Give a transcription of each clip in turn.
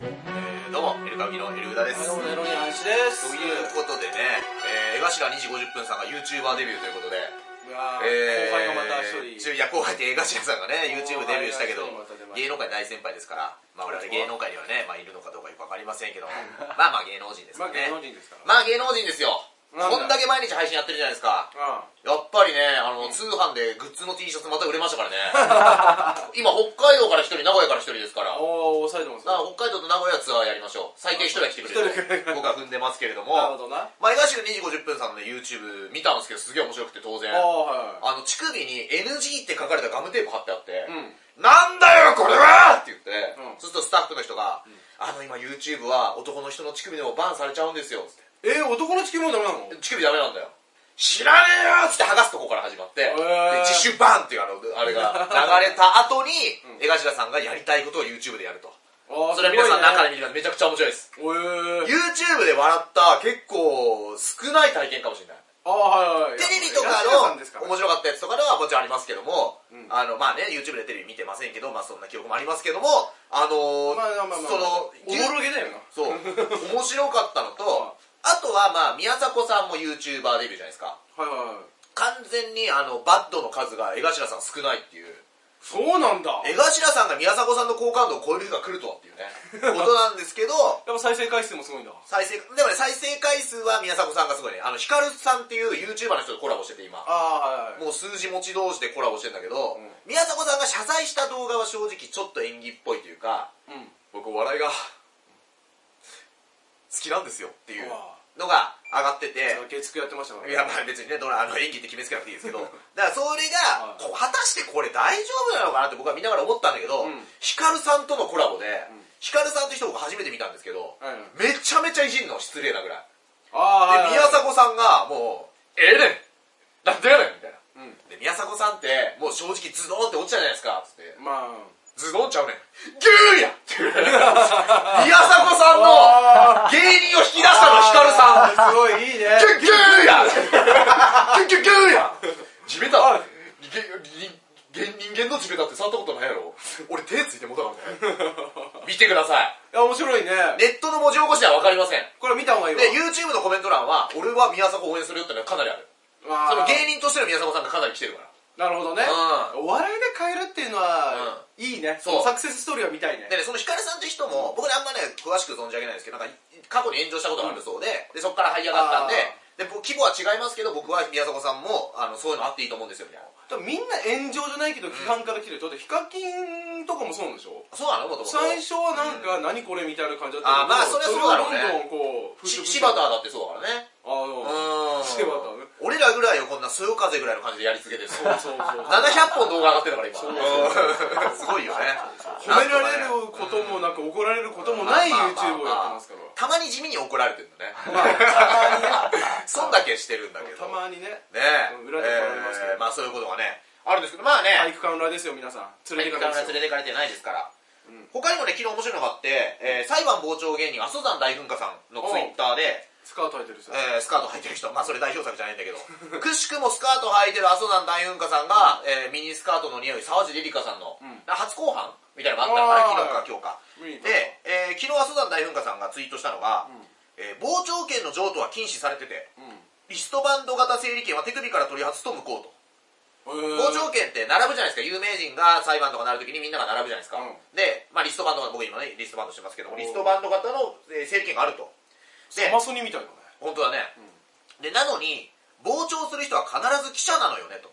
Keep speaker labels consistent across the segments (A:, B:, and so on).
A: えーどうも、エルカビのエルウダです。
B: どう
A: と
B: も
A: いう
B: ネロニアンシです
A: ことでね、えー、江頭2時50分さんが YouTuber デビューということで、
B: うわー
A: えー
B: 後輩がまた一
A: い
B: 人
A: や、後輩って江頭さんがね、YouTube デビューしたけど
B: 後輩が一人また出ま、した
A: 芸能界大先輩ですから、まあ我々芸能界にはね、まあいるのかどうかよくわかりませんけど、まあまあ芸能人です
B: ま
A: か
B: あ
A: ら
B: 芸能
A: ね。
B: 人ですか
A: まあ
B: ら
A: 芸能人ですよ。こ
B: なん
A: んだ
B: だ
A: け毎日配信やってるじゃないですか。
B: あ
A: やっぱりね、あの、通販でグッズの T シャツまた売れました からね。今、北海道から一人、名古屋から一人ですから。
B: おお抑えてます
A: まあ、北海道と名古屋ツアーやりましょう最低一人は来てくれ
B: 一人来て
A: る
B: くれる
A: 僕は踏んでますけれど
B: なる
A: も
B: ほどなあ
A: 前頭2時50分さんの YouTube 見たんですけどすげえ面白くて当然
B: あ
A: あ
B: は
A: の乳首に NG って書かれたガムテープ貼ってあって
B: いはいうん
A: 「なんだよこれは!」って言って
B: うん
A: そうするとスタッフの人が「あの今 YouTube は男の人の乳首でもバンされちゃうんですよ」つっ
B: えー男の地球もダメなの
A: て「乳首ダメなんだよ」知らねえよっつって剥がすとこから始まって、で
B: ー
A: 自主バンっていうあのあれが流れた後に江頭さんがやりたいことを YouTube でやると
B: あ
A: それは皆さん中で
B: で
A: 見てくださいめちゃくちゃ面白いです
B: おえー
A: YouTube で笑った結構少ない体験かもしれない
B: ああはいはい
A: テレビとか
B: いや
A: の
B: 皆さん
A: 面
B: です
A: 白
B: から
A: かったやつとかのはもちろんありますけども、
B: うん
A: あのまあね YouTube でテレビ見てませんけどまあそんな記憶もありますけどもあのー
B: まあまあまあまあ
A: その
B: おもろげだよな
A: そう面白かった のとあとはまあ宮迫さんも YouTuber デビューじゃないですか
B: はいはいはい
A: 完全にあのバッドの数が江頭さん少ないっていう
B: そうなんだ
A: 江頭さんが宮迫さんの好感度を超える日が来るとはっていうね ことなんですけど
B: でも再生回数もすごいんだ
A: 再生でもね再生回数は宮迫さんがすごいねあのヒカルさんっていう YouTuber の人とコラボしてて今
B: ああはいはい
A: もう数字持ち同士でコラボしてんだけど、
B: うん
A: 宮迫さんが謝罪した動画は正直ちょっと演技っぽいというか
B: うん
A: 僕お笑いが好きなんですよっていう
B: うわ
A: のが上がってて
B: 月9やってましたから
A: いやまあ別にねどれあの演技って決めつけなくていいですけどだからそれが
B: はい
A: こう果たしてこれ大丈夫なのかなって僕は見ながら思ったんだけど、
B: うん
A: ヒカルさんとのコラボで、
B: ん
A: ヒカルさんって人を僕初めて見たんですけど、
B: はいはい
A: めちゃめちゃいじんの失礼なぐらい
B: ああ
A: で、宮迫さんが、もう、ええねんなんでやねんみたいな。
B: うん
A: で、宮迫さんって、もう正直ズドンって落ちたじゃないですか、つって。
B: まあ
A: ズドンちゃうねん。ギューやっていう宮迫さんの芸人を引き出したの、ヒカルさん。
B: すごいいいね
A: ギュッギューやギュッギュッギューや地べた、げげ人間の地べたって触ったことないやろ。俺手ついてもた からね。見てください。
B: いや面白いね
A: ネットの文字起こしではわかりません。
B: これ見た方がいいわ
A: で、YouTube のコメント欄は、俺は宮迫応援するよってのはかなりある。
B: わー
A: その芸人としての宮迫さんがかなり来てるから。
B: なるほどね
A: う
B: お笑いで変えるっていうのはいいね
A: そう
B: サクセスストーリーは見たいね
A: でね、そのヒカルさんって人も、僕ね、あんまね、詳しく存じ上げないんですけど、なんか、過去に炎上したことがあるそうで、で、そこから這い上がったんで、で、僕規模は違いますけど、僕は宮迫さんも、あの、そういうのあっていいと思うんですよ、みたいな。
B: でもみんな炎上じゃないけど批判から来てるだってヒカキンとかもそうなんでしょ
A: そうなのもともと。
B: 最初はなんか何これみたいな感じだった
A: あーまあそれはそうだろうね
B: れをどんどんこう
A: し
B: 払拭して
A: 柴田だってそうだからね。
B: ああどうも
A: うん。
B: 柴田ね
A: 俺らぐらいよ、こんなそよ風ぐらいの感じでやり続けてる。
B: そうそうそう
A: 700本動画上がってるから、今。
B: そ
A: う
B: う
A: ん すごいよね。
B: 褒められることもなく怒られることもない YouTube をやってますから
A: たまに地味に怒られてるんだね。
B: まあ
A: そんだけしてるんだけど。
B: たまにねた
A: ね
B: まにねうん裏で来られますけど
A: えーまあそういうことがね、あるんですけど、まあ
B: 体
A: ね、
B: 育館裏ですよ皆さん連れて行か
A: 体が
B: ないです
A: 連
B: よ
A: れてかれてないですから。
B: うん
A: 他にもね、昨日面白いのがあって、えー裁判傍聴芸人、阿蘇山大噴火さんのツイッターで、
B: スカート履いてる人
A: えースカート履いてる人、まあそれ代表作じゃないん だけど、くしくもスカート履いてる阿蘇山大噴火さんが、えーミニスカートの匂い、沢地リリカさんの、
B: うん
A: 初公判みたいなのがあったのかな、
B: あー
A: 昨日か今日か。
B: 見に行った
A: で、えー昨日阿蘇山大噴火さんがツイートしたのが、
B: うん
A: えー傍聴券の譲渡は禁止されてて、
B: うん
A: リストバンド型整理券は手首から取り外すと無効と。傍
B: 傍
A: 聴券って並ぶじゃないですか有名人が裁判とかなるときにみんなが並ぶじゃないですか、
B: うん
A: で、まあ、リストバンドが僕今ねリストバンドしてますけども
B: おー
A: リストバンド型のえー整理券があるとで
B: サマソニみたいだね
A: 本当だね、でなのに傍聴する人は必ず記者なのよねと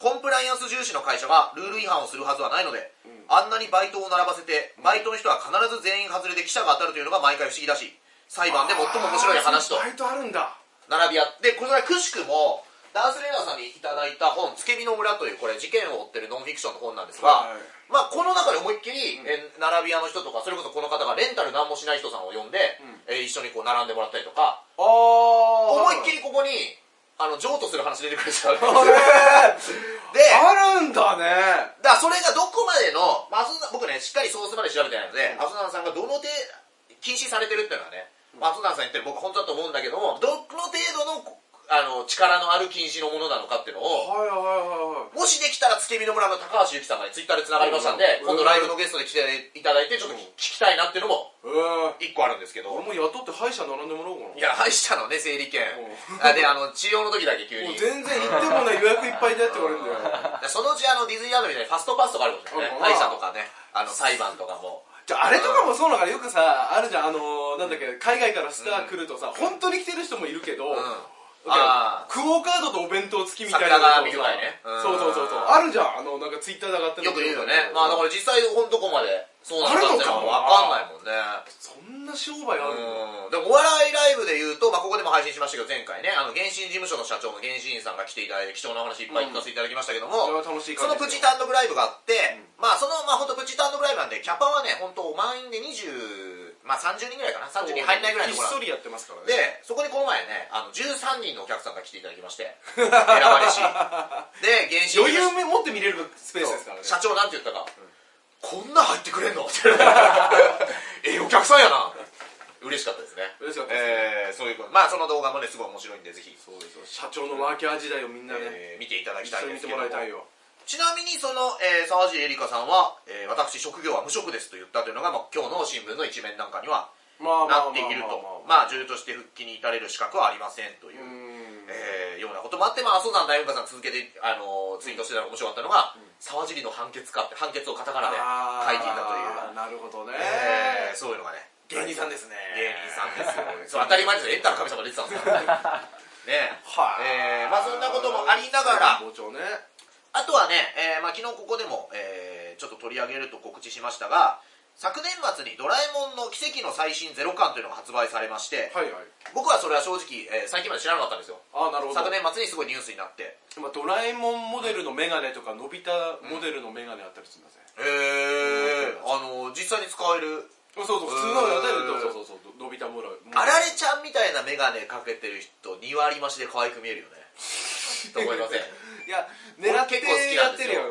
A: コンプライアンス重視の会社がルール違反をするはずはないので、
B: うん
A: あんなにバイトを並ばせてバイトの人は必ず全員外れで記者が当たるというのが毎回不思議だし裁判で最も面白い話と
B: あーそういうバイトあるんだ
A: 並び合ってこれくしくもダンスレーダーさんにいただいた本「つけみの村」というこれ事件を追ってるノンフィクションの本なんですが、
B: はい
A: まあ、この中で思いっきり、えー並び屋の人とかそれこそこの方がレンタル何もしない人さんを呼んで、
B: うん
A: えー一緒にこう並んでもらったりとか
B: ああ
A: 思いっきりここにあの譲渡する話出てくるんですよね
B: あれ
A: で
B: あるんだね
A: だからそれがどこまでの、まあ、阿蘇山僕ねしっかりソースまで調べてないので、阿蘇山さんがどの程度禁止されてるっていうのはね、まあ阿蘇山さん言ってる僕は本当だと思うんだけどもどの程度のあの力のある禁止のものなのかっていうのを
B: はいは
A: もしできたら月見の村の高橋由紀さんがツイッターでつながりましたんで
B: うん
A: 今度ライブのゲストで来ていただいてちょっと聞きたいなっていうのも
B: いはいはいええ
A: 一個あるんですけど
B: 俺も雇って歯医者並んでもらおうかない
A: や歯医者のね整理券
B: う
A: あであの治療の時だけ急に
B: もう全然行ってもない予約いっぱいでって言われるんだよ
A: そのうちあのディズニーランドみたいにファストパスとかあるかもしれないね
B: うん
A: 歯医者とかねあの裁判とかも
B: じゃああれとかもそうだからよくさあるじゃんあのーなんだっけ海外からスター来るとさ本当に来てる人もいるけど
A: うん
B: だ
A: ああ
B: からクオ・カードとお弁当付きみたいな
A: 桜川見る前ねうん
B: そうそうそうそうあるじゃんあのなんかツイッターで上がってる
A: よく言うよねまあだから実際ほんとこまでそうな
B: ある
A: のかっ
B: の
A: て
B: か
A: の
B: も
A: は分かんないもんね
B: そんな商売あるの
A: うんでもお笑いライブで言うと、まあ、ここでも配信しましたけど前回ねあの原神事務所の社長の原神さんが来ていただいて貴重なお話いっぱい聞かせていただきましたけども、
B: それは楽しい
A: その
B: 感じ
A: プチ
B: タ
A: 単独ライブがあって、まあそのまあ本当プチ単独ライブなんでキャパはね本当満員で20まあ30人ぐらいかな30人入んないぐらいのとこ
B: ひっ
A: ろ
B: そ
A: なんで
B: りやってますからね
A: でそこにこの前ねあの13人のお客さんが来ていただきまして 選ばれしで原神
B: 余裕持って見れるスペースですからね
A: 社長なんて言ったか、こんな入ってくれんのって ええお客さんやな嬉しかったですね
B: 嬉しかったです
A: えーそういうことまあその動画もねすごい面白いんでぜひ、
B: そうですよ社長のワーキャー時代をみんなね
A: えー見ていただき
B: 一
A: たい
B: 緒
A: ん
B: に
A: ですけ
B: 見て
A: ど
B: もらいたい
A: も
B: よ
A: ちなみにその、えー、沢尻エリカさんは、えー私職業は無職ですと言ったというのが、まあ、今日の新聞の一面なんかには
B: まあま
A: な
B: あまあまあ
A: っていると
B: まあまあ
A: まあ女優として復帰に至れる資格はありませんという
B: う、ん
A: えーようなこともあって、まあ、麻生さん大文化さん続けて、あのーツイートしてたのが面白かったのが、沢尻の判決かって判決をカタカナで
B: あー
A: 書いていたという
B: なるほどね
A: えーそういうのがね
B: 芸人さんですね
A: 芸人さんですよそう当たり前ですよエンタの神様出てたんですから ね
B: はい
A: えーまあそんなこともありながら
B: 傍聴ね
A: あとはね、えーまあ、昨日ここでも、えーちょっと取り上げると告知しましたが昨年末に「ドラえもんの奇跡の最新ゼロ巻」というのが発売されまして
B: はいはい
A: 僕はそれは正直、えー最近まで知らなかったんですよ
B: ああなるほど
A: 昨年末にすごいニュースになって
B: 今ドラえもんモデルのメガネとかのび太モデルのメガネあったりするんだぜ、
A: へえあの実際に使える
B: そうそう普通のやつやるとそうそうそうのび太モデル
A: あられちゃんみたいな眼鏡かけてる人2割増しで可愛く見えるよ ねと思いません
B: いや狙って
A: 俺結構好き
B: や
A: なん
B: っ
A: で
B: て
A: す
B: る
A: よ
B: よ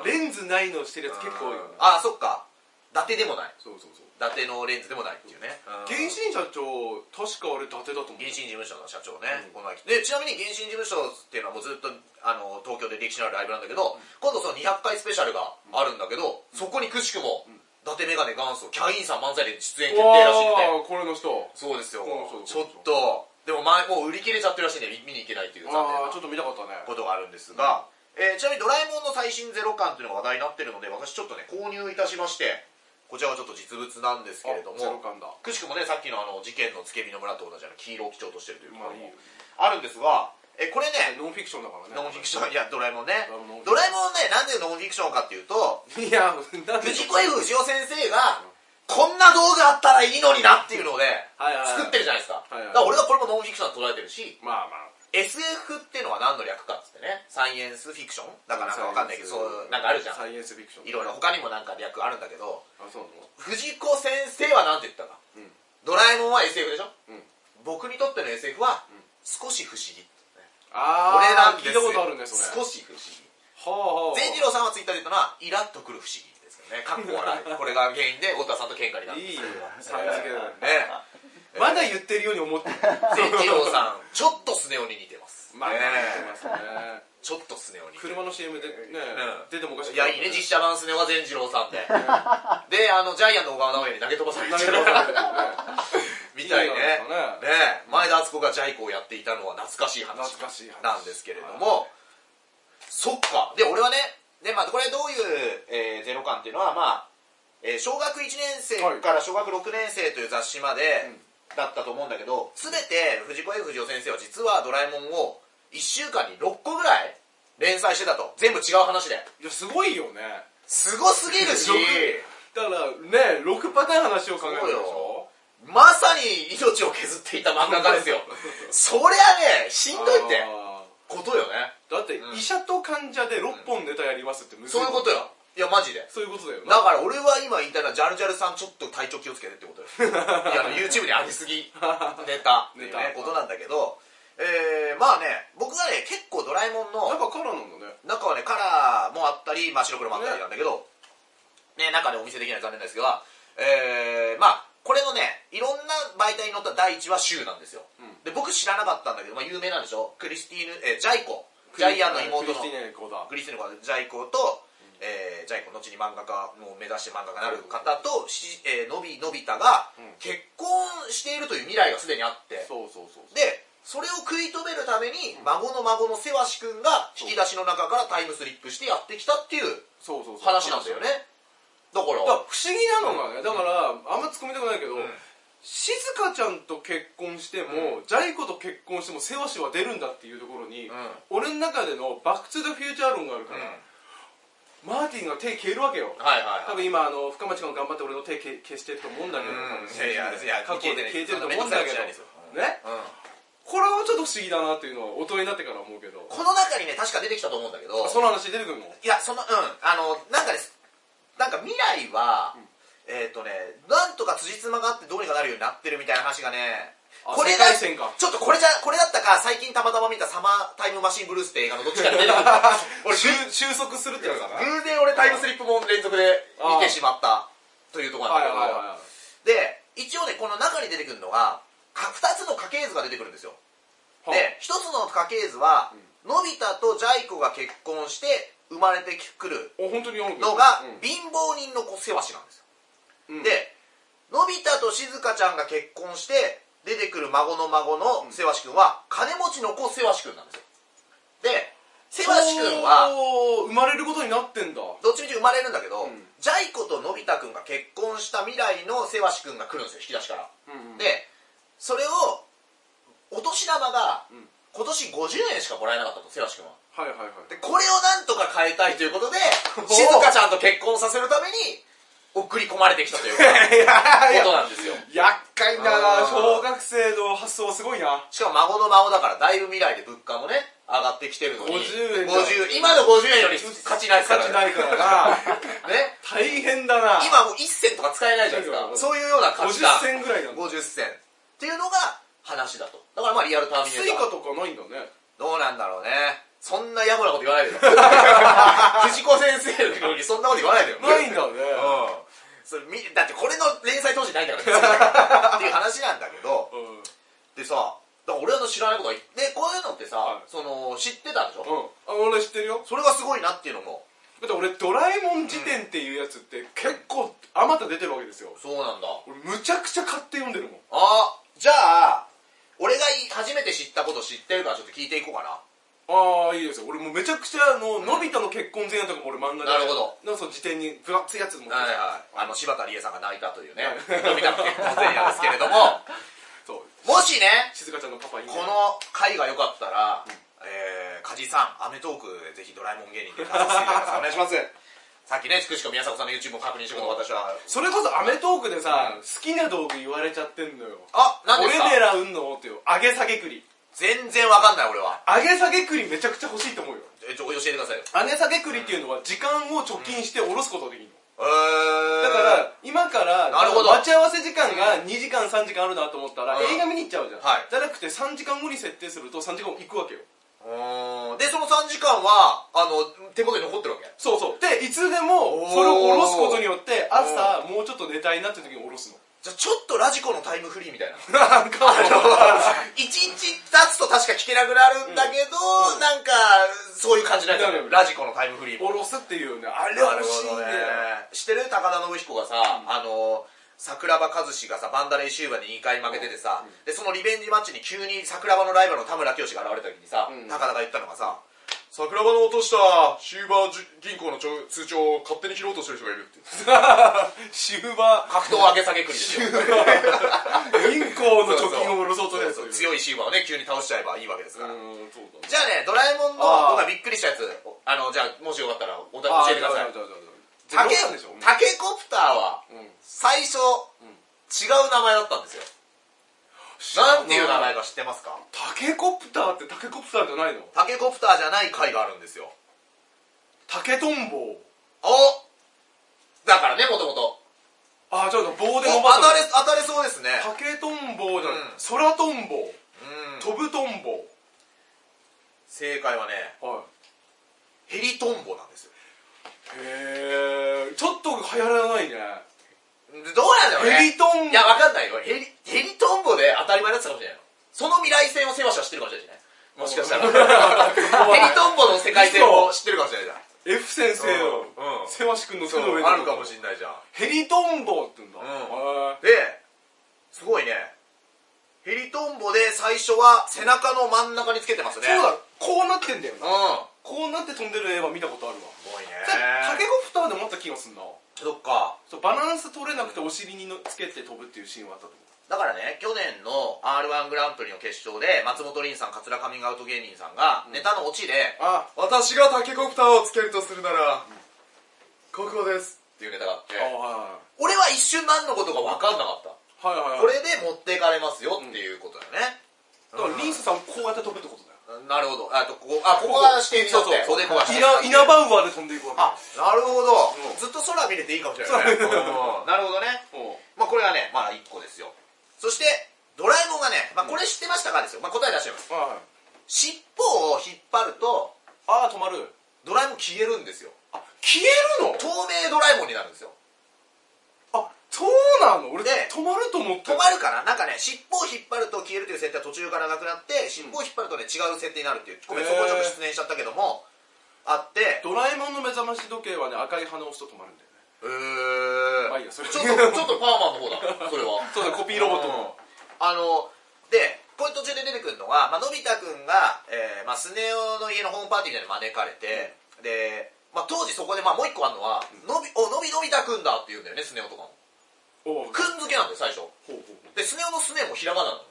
A: うん
B: レンズないのしてるやつ結構多いよな
A: あそっか伊達でもない
B: そうそうそう
A: 伊達のレンズでもないっていうね
B: 原神社長確かあれ伊達だと思う
A: 原神事務所の社長ね、この前来てでちなみに原神事務所っていうのはもうずっとあの東京で歴史のあるライブなんだけど、今度その200回スペシャルがあるんだけど、そこにくしくも、伊達メガネ元祖キャインさん漫才で出演決定らしくて
B: わーこれの人
A: そうですよ
B: そうそう
A: ちょっ
B: そう
A: とでも前もう売り切れちゃってるらしいんで見見に行けないっていう残念
B: あ
A: な
B: あちょっと見たかったね
A: ことがあるんですが、えーちなみに「ドラえもん」の最新ゼロ感というのが話題になってるので私ちょっとね購入いたしましてこちらはちょっと実物なんですけれど
B: あゼロ
A: も
B: 感だ
A: くしくもねさっきのあの事件のつけ火の村と同じような黄色を基調としてるというところ
B: まあいい
A: も
B: よ
A: あるんですが、えーこれね
B: ノンフィクションだからね
A: ノンフィクションいやドラえもんねド
B: ド
A: ラえもんねなんでノンフィクションかっていうと
B: ンいやなんで
A: 藤子 F 不二雄先生がこんな道具あったらいいのになっていうので
B: はいはいはい
A: 作ってるじゃないですかだ
B: はいはい
A: から俺はこれもノンフィクションと捉えてるし
B: まあまあ
A: SF っていうのは何の略かっつってねサイエンスフィクションだからなんかわかんないけどそうなんかあるじゃん
B: サイエンスフィクション
A: いろいろ他にもなんか略あるんだけど
B: あそうな
A: 藤子先生は何て言ったか、
B: うん
A: ドラえもんは SF でしょ、
B: うん
A: 僕にとっての SF は少し不思議
B: のあ
A: 俺なんです
B: 聞いたことあるねそれ
A: 少し不思議
B: はあはあ
A: 善次郎さんはツイッターで言ったのはイラッとくる不思議ですよねかっこ笑いこれが原因で太田さんと喧嘩になったん
B: い
A: で
B: い
A: す
B: よ
A: けど
B: さん付けだね
A: ね
B: まだ言ってるように 思ってる
A: 善次郎さんちょっとスネ夫に似てます
B: まあ
A: ね
B: 言ってますね
A: ちょっとスネ夫に似てます
B: 車の CM でね
A: うん
B: 出てもおかしく
A: いや、いいね、実写版スネは善次郎さんで。で、あの、ジャイアンの小川直也に投げ飛ばされて
B: 投げ
A: る
B: 飛ばされてるね
A: みたいね。ね
B: いいんじゃないですかね
A: え前田敦子がジャイ子をやっていたのは懐かしい話
B: 懐かしい話
A: なんですけれども、そっか。で、俺はね、で、まあ、これどういう、えーゼロ感っていうのは、まあ、えー小学1年生から小学6年生という雑誌まで、だったと思うんだけど、すべて藤子 F 不二雄先生は実はドラえもんを1週間に6個ぐらい連載してたと。全部違う話で。
B: いやすごいよね
A: すごすぎるし
B: すごいだからね6パターン話を考えるでしょ
A: まさに命を削っていた漫画家ですよ そりゃねしんどいって
B: あ
A: ことよね
B: ーだって
A: うん
B: 医者と患者で6本ネタやりますってむず
A: そういうことよいやマジで
B: そういうことだよ
A: だ
B: な
A: から俺は今言いたいのはジャルジャルさんちょっと体調気をつけてってことよ いやあの YouTube に上げすぎネタっていうね
B: ネタ
A: ことなんだけどえー、まあね僕がね結構ドラえもんの
B: 中からなんだね
A: 中はねカラーもあったり、まあ、白黒もあったりなんだけど、ね中でお見せできないのは残念ですが、えーまあこれのねいろんな媒体に載った第1話週なんですよ、
B: ん
A: でで僕知らなかったんだけど、まあ、有名なんでしょクリスティーヌ、えージャイコジャイアンの妹の
B: クリスティーネコだ
A: クリスティーヌ子ジャイコと、えージャイコ後に漫画家を目指して漫画家になる方と、しえーのびのび太が
B: うん
A: 結婚しているという未来がすでにあって、
B: そうそうそうそう
A: でそれを食い止めるために孫の孫のせわし君が引き出しの中からタイムスリップしてやってきたっていう
B: そうそうそう
A: 話なんだよねだから
B: だから不思議なのがね、だからあんま突っ込みたくないけど、
A: うん
B: 静香ちゃんと結婚しても、ジャイ子と結婚しても世話しは出るんだっていうところに、
A: うん
B: 俺の中でのバック・トゥ・ザ・フューチャー論があるから、マーティンが手消えるわけよ
A: はいはいは
B: 多
A: い
B: 分今あの深町君頑張って俺の手消消してると思うんだけ
A: う
B: ど、
A: ん
B: 多分
A: いやいやいや
B: 過去で消えてると思うんだけ
A: 消
B: ど
A: えてないですよ
B: ね
A: うん
B: これはちょっと不思議だなっていうのは大人になってから思うけど
A: この中にね確か出てきたと思うんだけど
B: その話出てくる の
A: いやそのうんあのなんかですなんか未来は、えっ、とねなんとか辻褄があってどうにかなるようになってるみたいな話がね
B: あ
A: これだ
B: 世界線か
A: ちょっとこれじゃこれだったか最近たまたま見た「サマータイムマシンブルース」って映画のどっちかに 出てくる俺
B: 収収束するってやつだなはい
A: 偶然俺タイムスリップもん連続で見てしまったというところなん
B: は
A: だ
B: い
A: けど、
B: は
A: で一応ねこの中に出てくるのがか2つの家系図が出てくるんですよ
B: いはい
A: で一つの家系図は、のび太とジャイ子が結婚して生まれてくる
B: お本当に読む
A: のが、貧乏人の子世話しなんですよ、
B: うん
A: でのび太と静香ちゃんが結婚して出てくる孫の孫の世話し君は金持ちの子世話し君なんですよで世話し君は
B: おー生まれることになってんだ
A: どっちみち生まれるんだけど、
B: うん
A: ジャイ子とのび太くんが結婚した未来の世話し君が来るんですよ引き出しから、でそれをお年玉が
B: うん
A: 今年50円しかもらえなかったと世話し君は
B: はいはいはい
A: でこれをなんとか変えたいという ことで
B: おー
A: 静香ちゃんと結婚させるために送り込まれてきた というかことなんですよ
B: 厄介だな
A: あー
B: 小学生の発想はすごいな
A: しかも孫の孫だからだいぶ未来で物価もね上がってきてるのに
B: 50円だ
A: 50今の50円より価値ないですか
B: 価
A: ら
B: 値 ないからな
A: ね
B: 大変だな
A: 今もう1銭とか使えないじゃないですかそういうような価
B: 50
A: 値観
B: 銭ぐらいなんだ
A: 50銭っていうのが話だとだからまあリアルターミネ
B: スイ
A: ー
B: カ
A: ター
B: とかないんだね
A: どうなんだろうねそんなやぼなこと言わ ないでよ藤子先生の時にそんなこと言わないでよ
B: ないんだね
A: うんそれみだってこれの連載当時ないんだ から、っていう話なんだけど
B: うん
A: でさだから俺の知らないことがいでこういうのってさ、
B: はい
A: その知ってたでしょ、
B: うんあ俺知ってるよ
A: それがすごいなっていうのも
B: だって俺ドラえもん辞典っていうやつって結構あまた出てるわけですよ
A: そうなんだ
B: 俺むちゃくちゃ買って読んでるもん
A: あじゃあ俺がい初めて知ったこと知ってるからちょっと聞いていこうかな
B: ああいいですよ俺もうめちゃくちゃあの、のび太の結婚前夜とかも俺漫画で
A: なるほど
B: なんかその辞典に分厚いやつ持ってる
A: はいはいあの柴田理恵さんが泣いたというね
B: はい
A: のび太の結婚前夜ですけれど も
B: そう
A: もしね
B: 静香ちゃんのパパいいね
A: この回が良かったら、えー、梶井さん『アメトーーク』でぜひドラえもん芸人で出させていただきますお願いしますさっきねつくしく宮迫さんの YouTube を確認してこと私は
B: それこそ『アメトーーク』でさ、好きな道具言われちゃってんのよ
A: あ何ですか
B: 俺らうんのってよ上げ下げ栗
A: 全然わかんない俺は
B: 上げ下げ栗めちゃくちゃ欲しいと思うよ
A: えちょ教えてくださいよ
B: 上げ下げ栗っていうのは時間を貯金して下ろすことができるの、
A: えー、
B: だから今から
A: なるほど
B: 待ち合わせ時間が2時間3時間あるなと思ったら、
A: うん
B: 映画見に行っちゃうじゃん、
A: はい
B: じゃなくて3時間後に設定すると3時間後行くわけよ
A: うーんでその3時間はあの手元に残ってるわけ
B: そうそうでいつで
A: お
B: も
A: ー
B: それを下ろすことによって朝もうちょっと寝たいなって時に下ろすの
A: じゃあちょっとラジコのタイムフリーみたい な
B: なんかもう
A: 1日経つと確か聞けなくなるんだけど、なんかそういう感じなんだよ
B: なる
A: ラジコのタイムフリーも
B: 下ろすっていうねあ
A: あ
B: れ
A: れ
B: は
A: は
B: 欲
A: 欲
B: し
A: し
B: い
A: い
B: ん
A: ね
B: だよ
A: 知ってる高田信彦がさ、あの桜庭和志がさバンダレーシューバに2回負けててさ、でそのリベンジマッチに急に桜庭のライバルの田村清が現れた時にさ、
B: うん
A: 高田が言ったのがさ桜庭の落としたシューバー銀行の通帳を勝手に切ろうとしてる人がいるって
B: シューバー
A: 格闘上げ下げくり ですよ
B: 銀行の貯金を下ろそうと
A: そうそう
B: い
A: 強いシューバーをね急に倒しちゃえばいいわけです
B: う
A: から、
B: んそうだね
A: じゃあねドラえもんの
B: あー
A: 僕がびっくりしたやつあのじゃあもしよかったらおた
B: あ
A: 教えてください
B: じゃ
A: タ
B: あじゃあじ
A: ケ
B: ゃあじゃあロスでしょ
A: タケコプターは
B: うん
A: 最初、違う名前だったんですよなんていう名前か知ってますか
B: タケコプターってタケコプターじゃないの
A: タケコプターじゃない回があるんですよ
B: タケトンボウ
A: おだからねもともと
B: あちょっと棒
A: 当
B: で伸ば
A: たれ
B: す
A: 当たれそうですね
B: タケトンボウじゃな
A: うん
B: い空トンボ
A: うん
B: ウ飛ぶトンボ
A: 正解はね
B: ウはい
A: ヘリトンボなんですよ
B: へえちょっと流行らないね
A: でどうなんだろうね
B: ヘリトン
A: いや
B: ボ
A: わかんないよヘリヘリトンボで当たり前だったかもしれないのその未来 ヘリトンボの世界線を知ってるかもしれないじゃん
B: F 先生の
A: うんうん
B: せわし君の手
A: そう
B: の上に
A: あるかもしれないじゃん
B: ヘリトンボって言うんだ、
A: うん
B: へ
A: ですごいねヘリトンボで最初は背中の真ん中につけてます
B: ー
A: ね
B: そうだこうなってんだよ
A: う
B: なんこうなって飛んでる絵は見たことあるわ
A: すごいね
B: それタケコプターでもあった気がすんな
A: そっか
B: そうバランス取れなくてお尻にのつけて飛ぶっていうシーンはあったと思
A: だからね去年の r 1グランプリの決勝で松本凛さん桂カミングアウト芸人さんがネタのオチで
B: うあ
A: 「私がタケコプターをつけるとするならここです」っていうネタがあって
B: あは
A: 俺は一瞬何のことか分かんなかった
B: いはいはいはい
A: これで持っていかれますよっていうことだよね
B: だからリンスさんこうやって飛ぶってことだよ
A: なるほどあとここあここが指定になっておでこが指定
B: イ
A: になって
B: ナイナバウアーで飛んでいくわけ
A: あなるほど、
B: うん
A: ずっと空見れていいかもしれないね、
B: そう
A: うんなるほどね、
B: うん
A: まあ、これがねまあ1個ですよそしてドラえもんがね、まあ、これ知ってましたかですよ、まあ、答え出してます
B: はいはい
A: 尻尾を引っ張ると
B: ああ止まる
A: ドラえもん消えるんですよ
B: あ消えるの
A: 透明ドラえもんになるんですよ
B: あそうなの俺
A: で
B: 止まると思って
A: 止まるかななんかね尻尾を引っ張ると消えるという設定は途中からなくなって尻尾を引っ張るとね違う設定になるっていうごめん
B: へー
A: そこはちょっと失念しちゃったけどもあって
B: ドラえもんの目覚まし時計はね赤い鼻を押すと止まるんだよ
A: えー
B: ねまあいいやそれ
A: ちょっとちょっとパーマンの方だそれ は
B: そうだコピーロボット
A: うん
B: の
A: あのでこれ途中で出てくるのが、まあのび太くんが、えーまあ、スネ夫の家のホームパーティーみたいに招かれて、で、まあ、当時そこで、まあ、もう一個あるのは、のびおのびのび太くんだって言うんだよねスネ夫とかも
B: おう
A: くん付けなんだよ最初
B: ほうほう
A: でスネ夫のスネもひらがななのね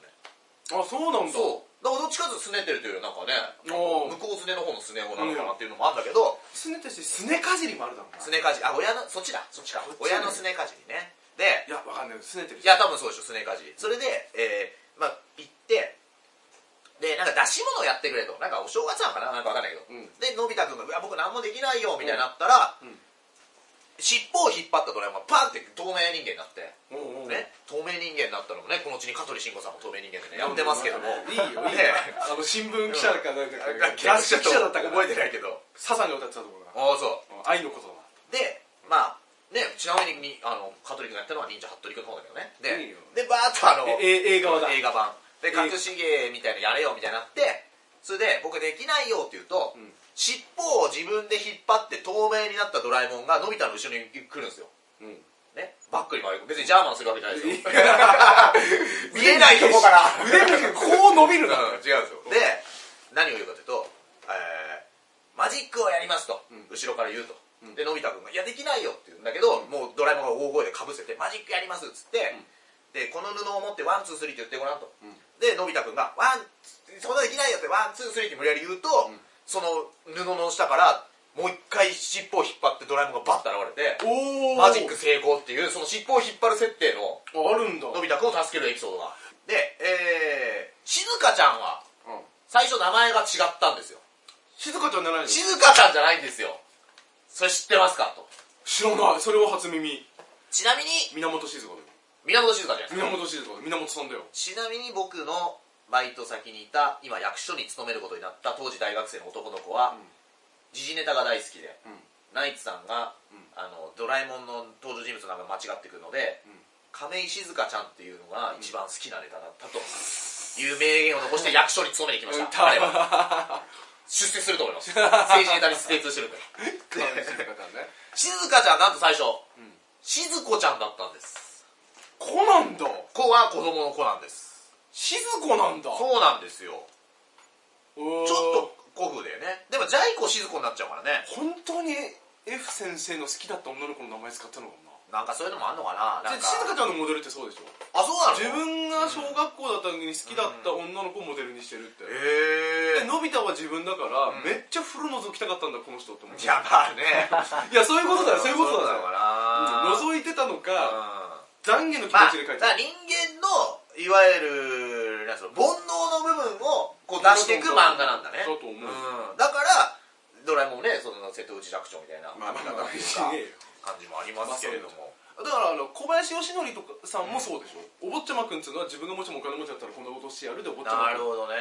B: ほうあそうなんだ
A: そうだからどっちかというとスネてるというよりなんかね
B: おう
A: 向こうスネの方のスネ夫なのかなっていうのもあるんだけど、
B: すねてしてすねかじりもあるだろうな
A: スネかじりあ親のそっちだそっちか
B: こっちね
A: 親のスネかじりねで
B: いやわかんないすねてる
A: いや多分そうでしょスネーカージそれで、えーまあ、行ってでなんか出し物をやってくれとなんかお正月なのかななんかわかんないけど、
B: うん
A: でのび太くんが「いや僕何もできないよ」みたいになったら、
B: うんうん
A: 尻尾を引っ張ったドラえもんがパンって透明人間になって、
B: おうおう
A: ね、透明人間になったのもねこのうちに香取慎吾さんも透明人間でねやってますけども、
B: いいよいいよ
A: ね
B: あの新聞記者かなんか
A: なんか
B: 雑誌記者だったから
A: 覚えてないけど
B: 笹に歌ってたところが
A: ああそう
B: うん愛の言葉
A: でまあねちなみにみあの香取君がやったのは忍者服部君の方だけどね
B: いいよ
A: ででバーッとあの
B: ええ映画はだ
A: 映画版で
B: 映画
A: 隠し芸みたいなのやれよみたいになってそれで僕できないよって言うと、
B: ん
A: 尻尾を自分で引っ張って透明になったドラえもんがのび太の後ろに来るんですよ
B: うん
A: ねバックに回る別にジャーマンするわけじゃないですよ
B: い
A: 見えないとこから
B: 腕だけこう伸びるな
A: うん違うんですよで何を言うかというと、えーマジックをやりますと、
B: うん
A: 後ろから言うと、
B: うん
A: でのび太くんが「いやできないよ」って言うんだけど、もうドラえもんが大声でかぶせて「マジックやります」っつって、でこの布を持って「ワンツースリー」って言ってごらんと、
B: うん
A: でのび太くんが「ワンそんなできないよ」って「ワンツースリー」って無理やり言うと、
B: うん
A: その布の下からもう一回尻尾を引っ張ってドラえもんがバッと現れて
B: おお
A: マジック成功っていうその尻尾を引っ張る設定の
B: あるんだ
A: のび太くんを助けるエピソードがでえー、静香ちゃんは
B: うん
A: 最初名前が違ったんですよ
B: 静香ちゃんじゃないの
A: 静香ちゃんじゃないんですよそれ知ってますかと
B: 知らないそれは初耳
A: ちなみに
B: 源静香だよ
A: 源静香じゃないですか
B: 源静香だよ源さんだよ
A: ちなみに僕のバイト先にいた今役所に勤めることになった当時大学生の男の子は、
B: うん
A: 時事ネタが大好きで、
B: うん
A: ナイツさんが、
B: ん
A: あのドラえもんの登場人物の名前間違ってくるので、
B: うん
A: 亀井静香ちゃんっていうのが一番好きなネタだったという名言を残して役所に勤めに行きました彼は 出世すると思います 政治ネタに精通してるんだよ
B: 静香ちゃんね
A: 静香ちゃんなんと最初、
B: ん
A: 静子ちゃんだったんです
B: 子なんだ
A: 子は子供の子なんです
B: 静子なんだ
A: そうなんですよ
B: ちょっ
A: ちょっと古風だよねでもジャイ子静子になっちゃうからね
B: 本当に F 先生の好きだった女の子の名前使ったのかも
A: なんかそういうのもあんのかな
B: な
A: なん
B: で
A: か
B: 静香ちゃんのモデルってそうでしょ
A: あそう
B: 自
A: なの
B: 分が小学校だった時に好きだった女の子をモデルにしてるって、
A: へえ
B: でのび太は自分だから、
A: うん
B: めっちゃ風呂覗きたかったんだこの人って思っ
A: い
B: て
A: やまあね
B: いやそういうことだよそういうことだ
A: から
B: よ、うん覗いてたのか
A: ま
B: 懺悔の気持
A: あ
B: ちで書いて
A: だから
B: た、
A: 人間のいわゆるなんすか煩悩の部分をこう出していく漫画なんだね
B: だと思うん
A: だからドラえもんねその瀬戸内寂聴みたいな
B: まあまあ
A: なん
B: まあ
A: か
B: しねえよ
A: 感じもありますけれども
B: だからあの小林よしのりとかさんもそうでしょ、お坊ちゃまくんっていうのは自分がもしもお金持ちだったらこんなことしてやるでお坊ちゃま
A: なるほど
B: くん
A: ね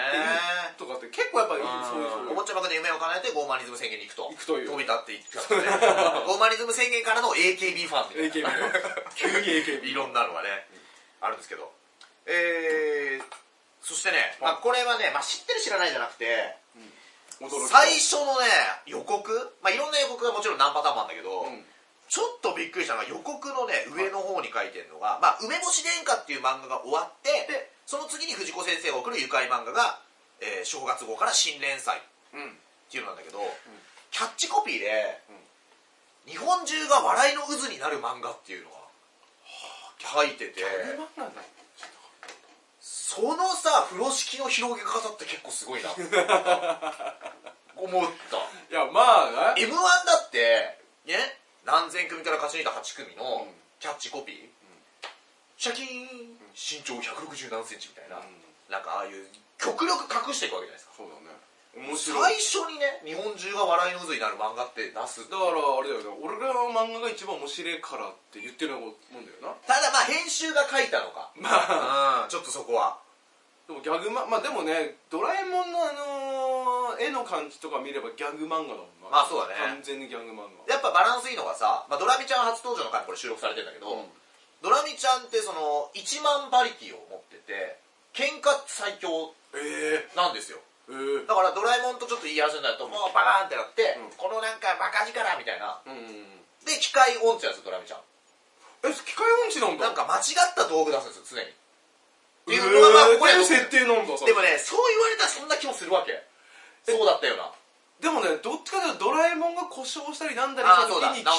B: とかって結構やっぱりそうい
A: お
B: う
A: もちゃばで夢を叶えてゴーマニズム宣言に行くと
B: 行
A: 飛び
B: くという
A: 立っていくからね ゴーマニズム宣言からの AKB ファンみたいな
B: AKB 急に
A: い
B: AKB
A: ろんなのがね、あるんですけどえー、そしてね、まあ、これはね、まあ、知ってる知らないじゃなくて
B: 驚き
A: 最初のね予告、まあ、いろんな予告がもちろん何パターンもあるんだけど、
B: うん
A: ちょっとびっくりしたのが予告のね上の方に書いてるのが「まあ、梅干し殿下」っていう漫画が終わって
B: で
A: その次に藤子先生が送る愉快漫画が、えー正月号から新連載っ
B: うん
A: ていうのなんだけど、キャッチコピーで、
B: うん
A: 日本中が笑いの渦になる漫画っていうのが書いてて
B: ギャグ漫画だ
A: そのさ風呂敷の広げ方って結構すごいなって思 った。
B: いやまあ
A: m 1だってね何千組から勝ち抜いた8組の
B: うん
A: キャッチコピー、シャキーン身長160何センチみたいな、
B: うん
A: なんかああいう極力隠していくわけじゃないですか
B: そうだね面白い
A: 最初にね日本中が笑いの渦になる漫画って出す
B: だからあれだよね俺らの漫画が一番面白いからって言ってるようなもんだよな
A: ただまあ編集が書いたのか
B: ま
A: うん
B: あ
A: ちょっとそこは
B: でもギャグマまあでもねドラえもんのあのー絵の感じとか見ればギャグ漫画だもん
A: まあ
B: な
A: そうだね
B: 完全にギャグ漫画
A: やっぱバランスいいのがさ、まあ、ドラミちゃん初登場の回もこれ収録されてんだけど、
B: うん
A: ドラミちゃんってその1万馬力を持ってて喧嘩最強
B: え
A: なんですよ
B: ええ
A: だからドラえもんとちょっと言い争いになるともうバカーンってなって、
B: うん
A: このなんかバカ力みたいな
B: えうん
A: で機械音痴なんですよドラミちゃん
B: え機械音痴なん
A: なん
B: だ
A: か間違った道具出すんですよ常にってい
B: ええ
A: うのがまあこれ
B: ええ設定なんだそ
A: で
B: れ
A: もねそう言われたらそんな気もするわけそうだったような
B: でもねどっちかというとドラえもんが故障したりなんだり
A: あー
B: した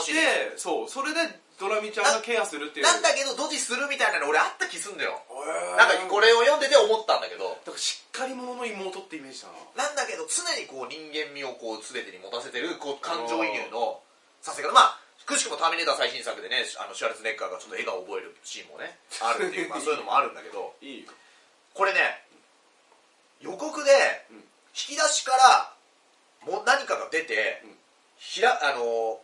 B: 時に来
A: そうだ
B: てそうそれでドラミちゃんがケアするっていう
A: なんだけどドジするみたいなの俺あった気すんだよ
B: ええ
A: なんかこれを読んでて思ったんだけど
B: だからしっかり者の妹ってイメージだな
A: なんだけど常にこう人間味をこう全てに持たせてるこう感情移入のさせ方まあくしくも「ターミネーター」最新作でねあのシュワルツェネッカーがちょっと笑顔を覚えるシーンもねあるって いう、まあ、そういうのもあるんだけど
B: いいよ
A: これね予告で
B: うん
A: 引き出しからもう何かが出て、
B: うん
A: ひらあの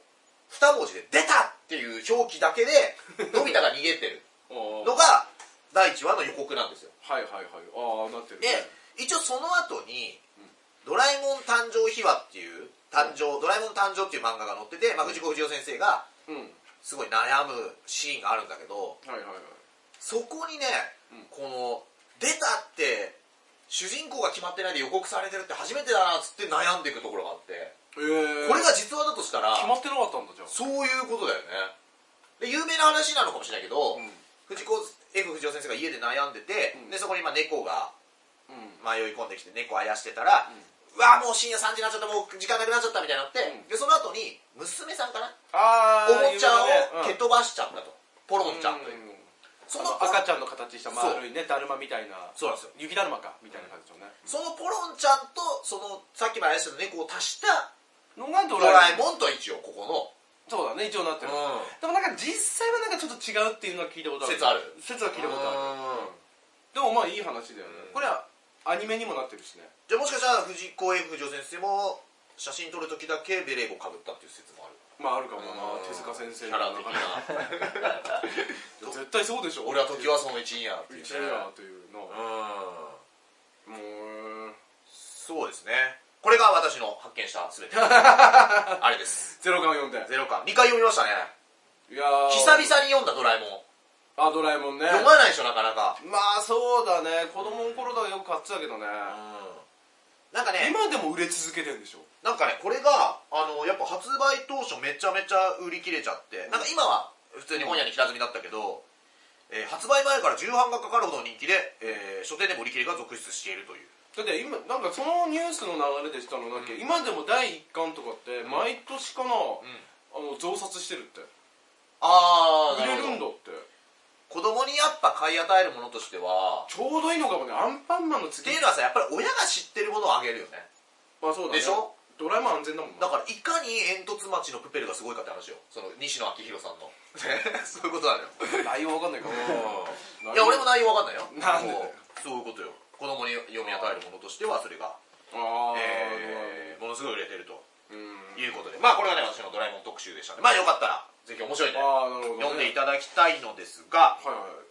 A: 二文字で「出た!」っていう表記だけでのび太が逃げてるの
B: あ
A: が第1話の予告なんですよ
B: あはいはいはいああなってる
A: で
B: ね
A: 一応その後に「ドラえもん誕生秘話」っていう誕生、ドラえもん誕生っていう漫画が載ってて、まあ、藤子不二雄先生が
B: うん
A: すごい悩むシーンがあるんだけど
B: はいはいはい
A: そこにね、
B: うん
A: この「出た」って主人公が決まってないで予告されてるって初めてだなっつって悩んでいくところがあって
B: ええ
A: これが実話だとしたら
B: 決まってなかったんだじゃあ
A: そういうことだよねで有名な話なのかもしれないけど、
B: うん
A: 藤子 F 不二雄先生が家で悩んでて、
B: うん
A: でそこにまあ猫が
B: うん
A: 迷い込んできて猫あやしてたら、うわもう深夜3時になっちゃったもう時間なくなっちゃったみたいになって、
B: うん
A: でその後に娘さんかな
B: あ
A: おもちゃを蹴
B: 蹴
A: 飛ばしちゃったと、ポロンちゃんという、そ
B: そ
A: の
B: の赤ちゃんの形した
A: そう
B: 丸いねだるまみたいな
A: そうなんですよ
B: 雪だるまかみたいな感じのね
A: そのポロンちゃんとそのさっきまで愛してた猫を足した
B: のがド
A: ドラ
B: ラえ
A: え
B: もん
A: もんと一応ここ
B: そうだね一応なって
A: の、
B: るでもなんか実際はなんかちょっと違うっていうのは聞いたことある
A: 説ある
B: 説は聞いたことあ
A: う
B: る
A: ん
B: でもまあいい話だよね
A: うん
B: これはアニメにもなってるしね
A: じゃあもしかしたら藤子 F 不二雄先生も写真撮る時だけベレー帽かぶったっていう説もある
B: まああるかもな
A: うん
B: 手塚先
A: キ
B: 生
A: ャラ
B: の
A: 的
B: 中で
A: な
B: 絶対そうでしょ
A: 俺は時はその一員やっていうね
B: 一年やというの
A: うん
B: もう
A: そうですねこれが私の発見した 全てあれです
B: ゼロ感読んで
A: ゼロ感2回読みましたね
B: いやー
A: 久々に読んだドラえもん
B: あドラえもんね
A: 読まないでしょなかなか
B: まあそうだね子供の頃だよく買ってたけどね
A: なんかね
B: 今でも売れ続けてるんでしょ
A: なんかねこれがあのやっぱ発売当初めちゃめちゃ売り切れちゃってなんか今は普通に本屋に平積みだったけど、えー発売前から重版がかかるほどの人気で、えー書店でも売り切れが続出しているという
B: だって今なんかそのニュースの流れでしたのだっけ、今でも第1巻とかって毎年かな、あの増刷してるって
A: あ
B: 売れるん
A: だ
B: だって
A: 子供にやっぱ買い与えるものとしては
B: ちょうどいいのかもねアンパンマンの
A: って
B: 次
A: いうのはさやっぱり親が知ってるものをあげるよね
B: まあそうだね
A: でしょ
B: ドラえもん安全だもんな
A: だからいかに煙突町のプペルがすごいかって話よその西野昭弘さん のそういうことなのよ
B: 内容わかんない から
A: いや俺も内容わかんないよ
B: なんでだよ
A: もうそういうことよ子供に読み与えるものとしてはそれが、
B: ああ、
A: えーものすごい売れてると
B: ドラえもんうん
A: いうことでまあこれがね私のドラえもん特集でしたねまあよかったらぜひ面白いんで
B: ああなる
A: 読ん
B: ほど、ね、
A: でいただきたいのですが
B: はいはい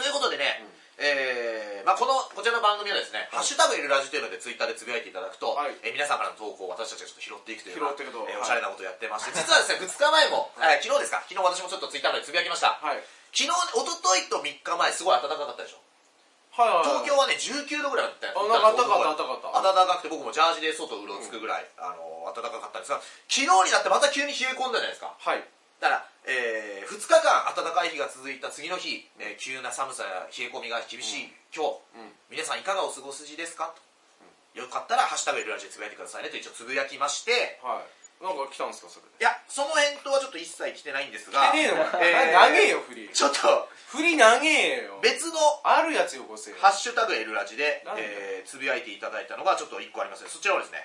A: ということでね、えーまあ、このこちらの番組はですね「ハッシュタグいるラジ」というのでツイッターでつぶやいていただくと、
B: はい
A: えー皆さんからの投稿を私たちがちょっと拾っていくというような
B: 拾っていくと
A: えー
B: はい
A: おしゃれなことをやってまして、実はですね2日前も、えー昨日ですか昨日私もちょっとツイッターの方でつぶやきました、
B: はい
A: 昨日ね一昨日と3日前すごい暖かかったでしょ
B: はいはい
A: 東京はね19度ぐらいだったよ
B: あなんか暖かった暖
A: 暖かく
B: かった
A: て僕もジャージで外うろつくぐらい、あの暖かかったんですが昨日になってまた急に冷え込んだじゃないですか
B: はい
A: だから、え2日間暖かい日が続いた次の日、えー急な寒さや冷え込みが厳しい、今日、
B: うん
A: 皆さんいかがお過ごしですかと、よかったら「ハッシュタグルラジ」でつぶやいてくださいねと一応つぶやきまして
B: はいなんか来たんですかそれ
A: い
B: で
A: やその返答はちょっと一切来てないんですが
B: えねえのか
A: えー
B: 長えよフリ
A: ちょっと
B: フリ長えよ
A: 別の
B: あるやつよこせよ
A: ハッシュタグエルラジで
B: なん、だ
A: えーつぶやいていただいたのがちょっと1個ありますのでそちらをですね、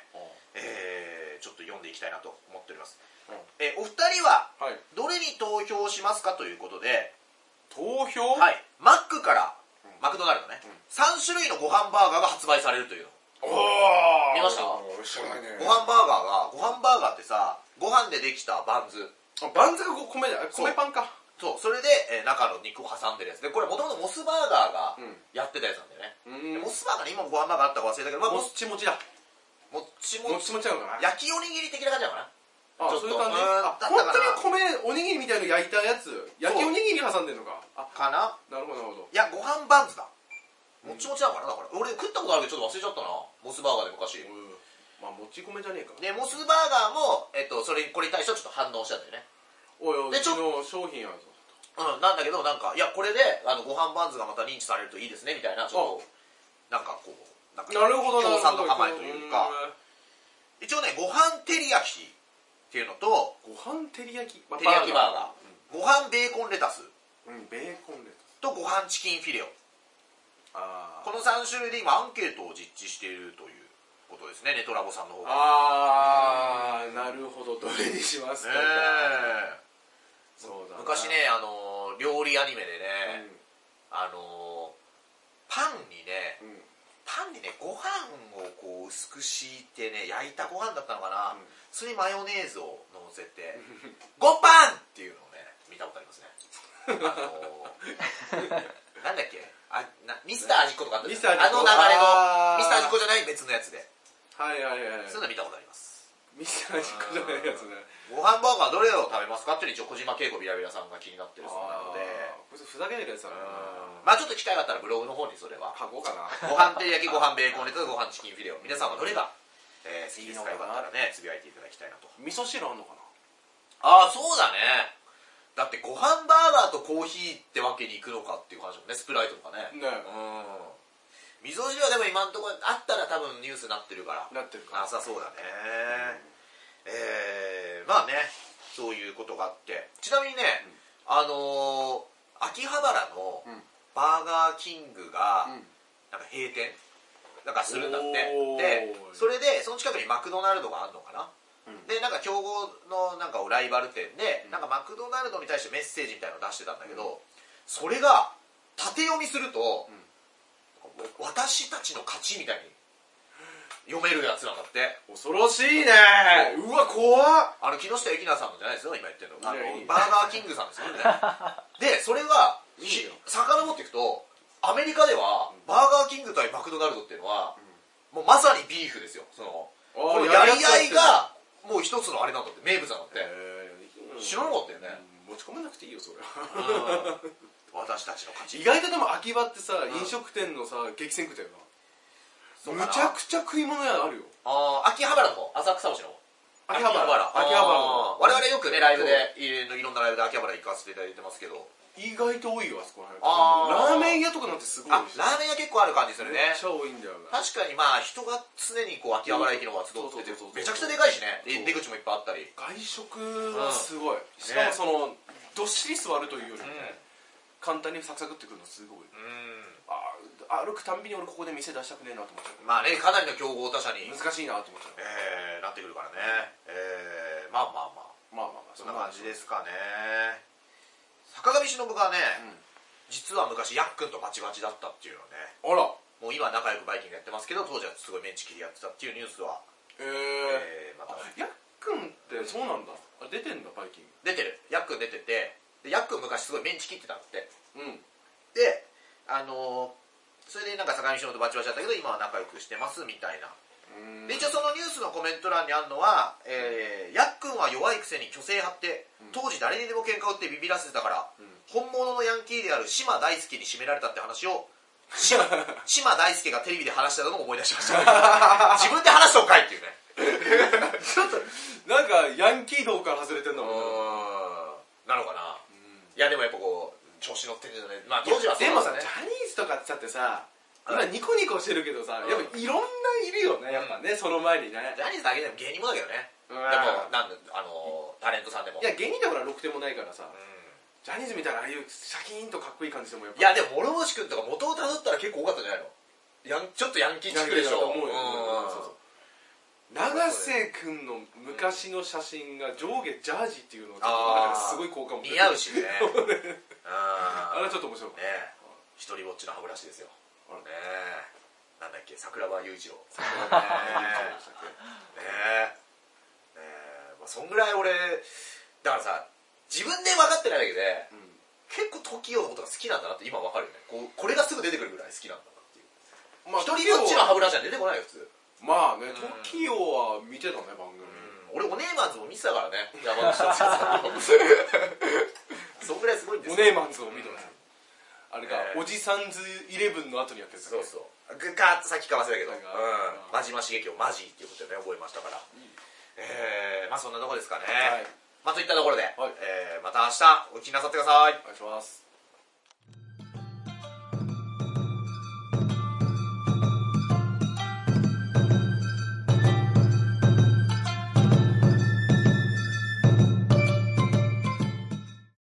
A: えーちょっと読んでいきたいなと思っております、
B: うん
A: えーお二人は
B: はい
A: どれに投票しますかということで、
B: 投票
A: はい、マックから
B: ん
A: マクドナルドね、
B: ん
A: 3種類のご飯バーガーが発売されるという
B: おお
A: 見ました
B: 知らないね
A: ご飯バーガーがご飯バーガーってさご飯でできたバンズ
B: あバンズがこう米だあ米パンか
A: そうそれで、えー中の肉を挟んでるやつでこれもともとモスバーガーが
B: うん
A: やってたやつなんだよね、で
B: うん
A: モスバーガーに今もご飯バーガーあったか忘れたけど、まあ、
B: も
A: も
B: っちもちだ
A: もっちも
B: もっ
A: ち
B: ちもちなのかな
A: 焼きおにぎり的な感じなのかな
B: あ
A: ちょっと
B: そういう感じ
A: うん
B: あ
A: だったか
B: 本
A: な
B: 当に米おにぎりみたいなの焼いたやつ焼きおにぎり挟んでんのかあ
A: かな
B: なるほどなるほ
A: い
B: ど
A: やご飯バンズだもっちもちだからなだから俺食ったことあるけどちょっと忘れちゃったなモスバーガーで昔
B: うんまあもち米じゃねえか
A: でモスバーガーも、えっと、それにこれに対してはちょっと反応したんだよね
B: おいおい
A: で
B: う
A: ち
B: ち
A: ょ
B: の商品あるぞ
A: うん、なんだけどなんかいやこれであのご飯バンズがまた認知されるといいですねみたいなちょっとなんかこうなんか
B: なるほどなる
A: 協賛
B: ほど
A: の構えというか一応ねご飯照り焼きっていうのと
B: ご飯照り焼き照
A: 照り焼きバーガーご飯ベーコンレタス
B: ーうんベーコンレタス
A: とご飯チキンフィレオ
B: あ
A: この3種類で今アンケートを実地しているということですねネトラボさんの方がね
B: あーなるほどどれにしますか
A: え
B: そうだな
A: 昔ねあのー料理アニメで
B: うん
A: ね、あのーパンにね
B: うん
A: パンにねご飯をこう薄く敷いてね焼いたご飯だったのかな、
B: うん
A: それにマヨネーズをのせ て「ごパン!」っていうのをね見たことありますねあのー なんだっけあなミスター味っ子とかあったじゃん
B: ミスター味っ子
A: あの流れの
B: あー
A: ミスター味っ子じゃない別のやつで
B: はいはいはい
A: そういうの見たことあります
B: ミスター味っ子じゃないやつね
A: ご飯バーガーどれを食べますかっていうのを一応小島慶子ビラビラさんが気になってるそうなので
B: あーこいつふざけてるやつだな
A: まあちょっと機会があったらブログの方にそれは
B: 書こうかな
A: ご飯照り焼きご飯ベーコンレタスご飯チキンフィレオ皆さんはどれが、えー好きですか
B: い
A: よ
B: いのか
A: か
B: な
A: ったらねつぶやいていただきたいなと
B: 味噌汁あんのかな
A: ああそうだねだってご飯バーガーとコーヒーってわけにいくのかっていう話もねスプライトとかねう
B: ね
A: ん味噌汁はでも今のところあったら多分ニュースになってるから
B: なってるか
A: なさそうだね、えー、まあねそういうことがあってちなみにね、あのー秋葉原の
B: うん
A: バーガーキングが、
B: うん
A: なんか閉店なんかするんだって
B: おー
A: でそれでその近くにマクドナルドがあるのかな、
B: うん
A: でなんか競合のなんかライバル店で、
B: ん
A: なんかマクドナルドに対してメッセージみたいなのを出してたんだけど、それが縦読みすると、私たちの勝ちみたいに読めるやつなんだって
B: 恐ろしいねうわ怖っ
A: あの木下ゆきなさんのじゃないですよ今言ってるのあの
B: いやいや
A: バーガーキングさんです からねでそれが
B: いいよ
A: さかのぼっていくとアメリカではバーガーキング対マクドナルドっていうのは、もうまさにビーフですよそのこのやり合いがもう一つのあれなんだって名物なんだって、知らなかったよね
B: うん持ち込めなくていいよそれは
A: うん私たちの勝ち
B: 意外とでも秋葉ってさ
A: ん
B: 飲食店のさ激戦区だよな
A: そうかな
B: むちゃくちゃ食い物屋あるよ
A: あー秋葉原の方浅草橋の方
B: 秋葉原
A: 秋葉原
B: あー
A: 我々よくねライブでいろいろんなライブで秋葉原行かせていただいてますけど
B: 意外と多いよあそこら
A: あー
B: 辺ラーメン屋とかなんてすごい
A: あ
B: 多いし
A: ラーメン屋結構ある感じする
B: め
A: ね
B: っちゃ多いんだよな
A: 確かにまあ人が常にこう秋葉原駅の方が集ってて
B: そうそうそうそう
A: めちゃくちゃでかいしね
B: そう
A: 出口もいっぱいあったり
B: 外食はすごいしか
A: ね
B: もそのどっしり座るというよりもね
A: うん
B: 簡単にサクサクってくるのすごい
A: うん
B: あー歩くたんびに俺ここで店出したくねえなと思っちゃ
A: まあねかなりの競合他社に
B: う、難しいなと思っちゃう
A: えーなってくるからねえーまあまあまあ
B: まあまあまあ
A: そんな感じですかね坂上忍がね、
B: うん
A: 実は昔やっくんとバチバチだったっていうのね
B: あら
A: もう今仲良くバイキングやってますけど当時はすごいメンチ切りやってたっていうニュースは、
B: え
A: えー
B: え
A: また
B: やっくんってそうなんだあ出てんだバイキン
A: 出てるやっくん出ててでやっくん昔すごいメンチ切ってたんだって
B: グうん
A: であのーそれでなんか坂上忍とバチバチだったけど今は仲良くしてますみたいな
B: うん
A: で一応そのニュースのコメント欄にあるのは、えー、やっくんは弱いくせに虚勢張って当時誰にでも喧嘩を売ってビビらせてたから、
B: うん
A: 本物のヤンキーである島大輔に締められたって話を島島大輔がテレビで話してたのを思い出しました 自分で話そうかいっていうね
B: ちょっと なんかヤンキー道から外れてんだもんね
A: なのかな、いやでもやっぱこう調子乗ってるじゃないまあ
B: いや
A: 当時は
B: でもさ
A: だ
B: ジャニーズとかってだってさ今
A: はい
B: ニコニコしてるけどさ、
A: うん
B: やっぱいろんないるよねやっぱね、その前にね
A: ジャニーズだけでも芸人もだけどね
B: で
A: でもなんだあのータレントさんでも
B: いや芸人だからろくでもないからさ
A: うん
B: ジャニーズみたいなああいうシャキーンとかっこいい感じでもやっぱ
A: いやでも諸星君とか元をたどったら結構多かったんじゃないのやんちょっとヤンキーチックでしょ
B: ヤンキーだと思うよ
A: ん
B: そうそう永瀬君の昔の写真が上下ジャージっていうのが
A: あー
B: すごい好感持
A: 似合う
B: し
A: し ね
B: あ
A: あ
B: れはちょっと面白かっ
A: ねえ一人ぼっちの歯ブラシですよ
B: あ
A: ね
B: れ
A: えなんだっけ桜庭雄一郎ね
B: た
A: えねえねえ、まあ、そんぐらい俺だからさ自分で分かってないだけで
B: うん
A: 結構 TOKIO のことが好きなんだなって今分かるよねこうこれがすぐ出てくるぐらい好きなんだなっていう
B: まあ
A: 一人ぼっちの歯ブラシは出てこないよ普通、
B: まあね
A: ん
B: TOKIO は見てたね番組
A: 俺お姉マンズも見てたからね 山口達也さんのそんぐらいすごいんです
B: お
A: よ
B: ねえマンズを見てますあれか
A: ねえ
B: おじさんズイレブンの後にやってる
A: そうそうぐかーっと先か忘れたけど、う
B: なんんか、
A: マジマ刺激をマジっていうことでね覚えましたからえー、まあそんなとこですかね、
B: はい
A: まあといったところで、
B: はい
A: えーまた明日お聞きなさってください
B: お願いします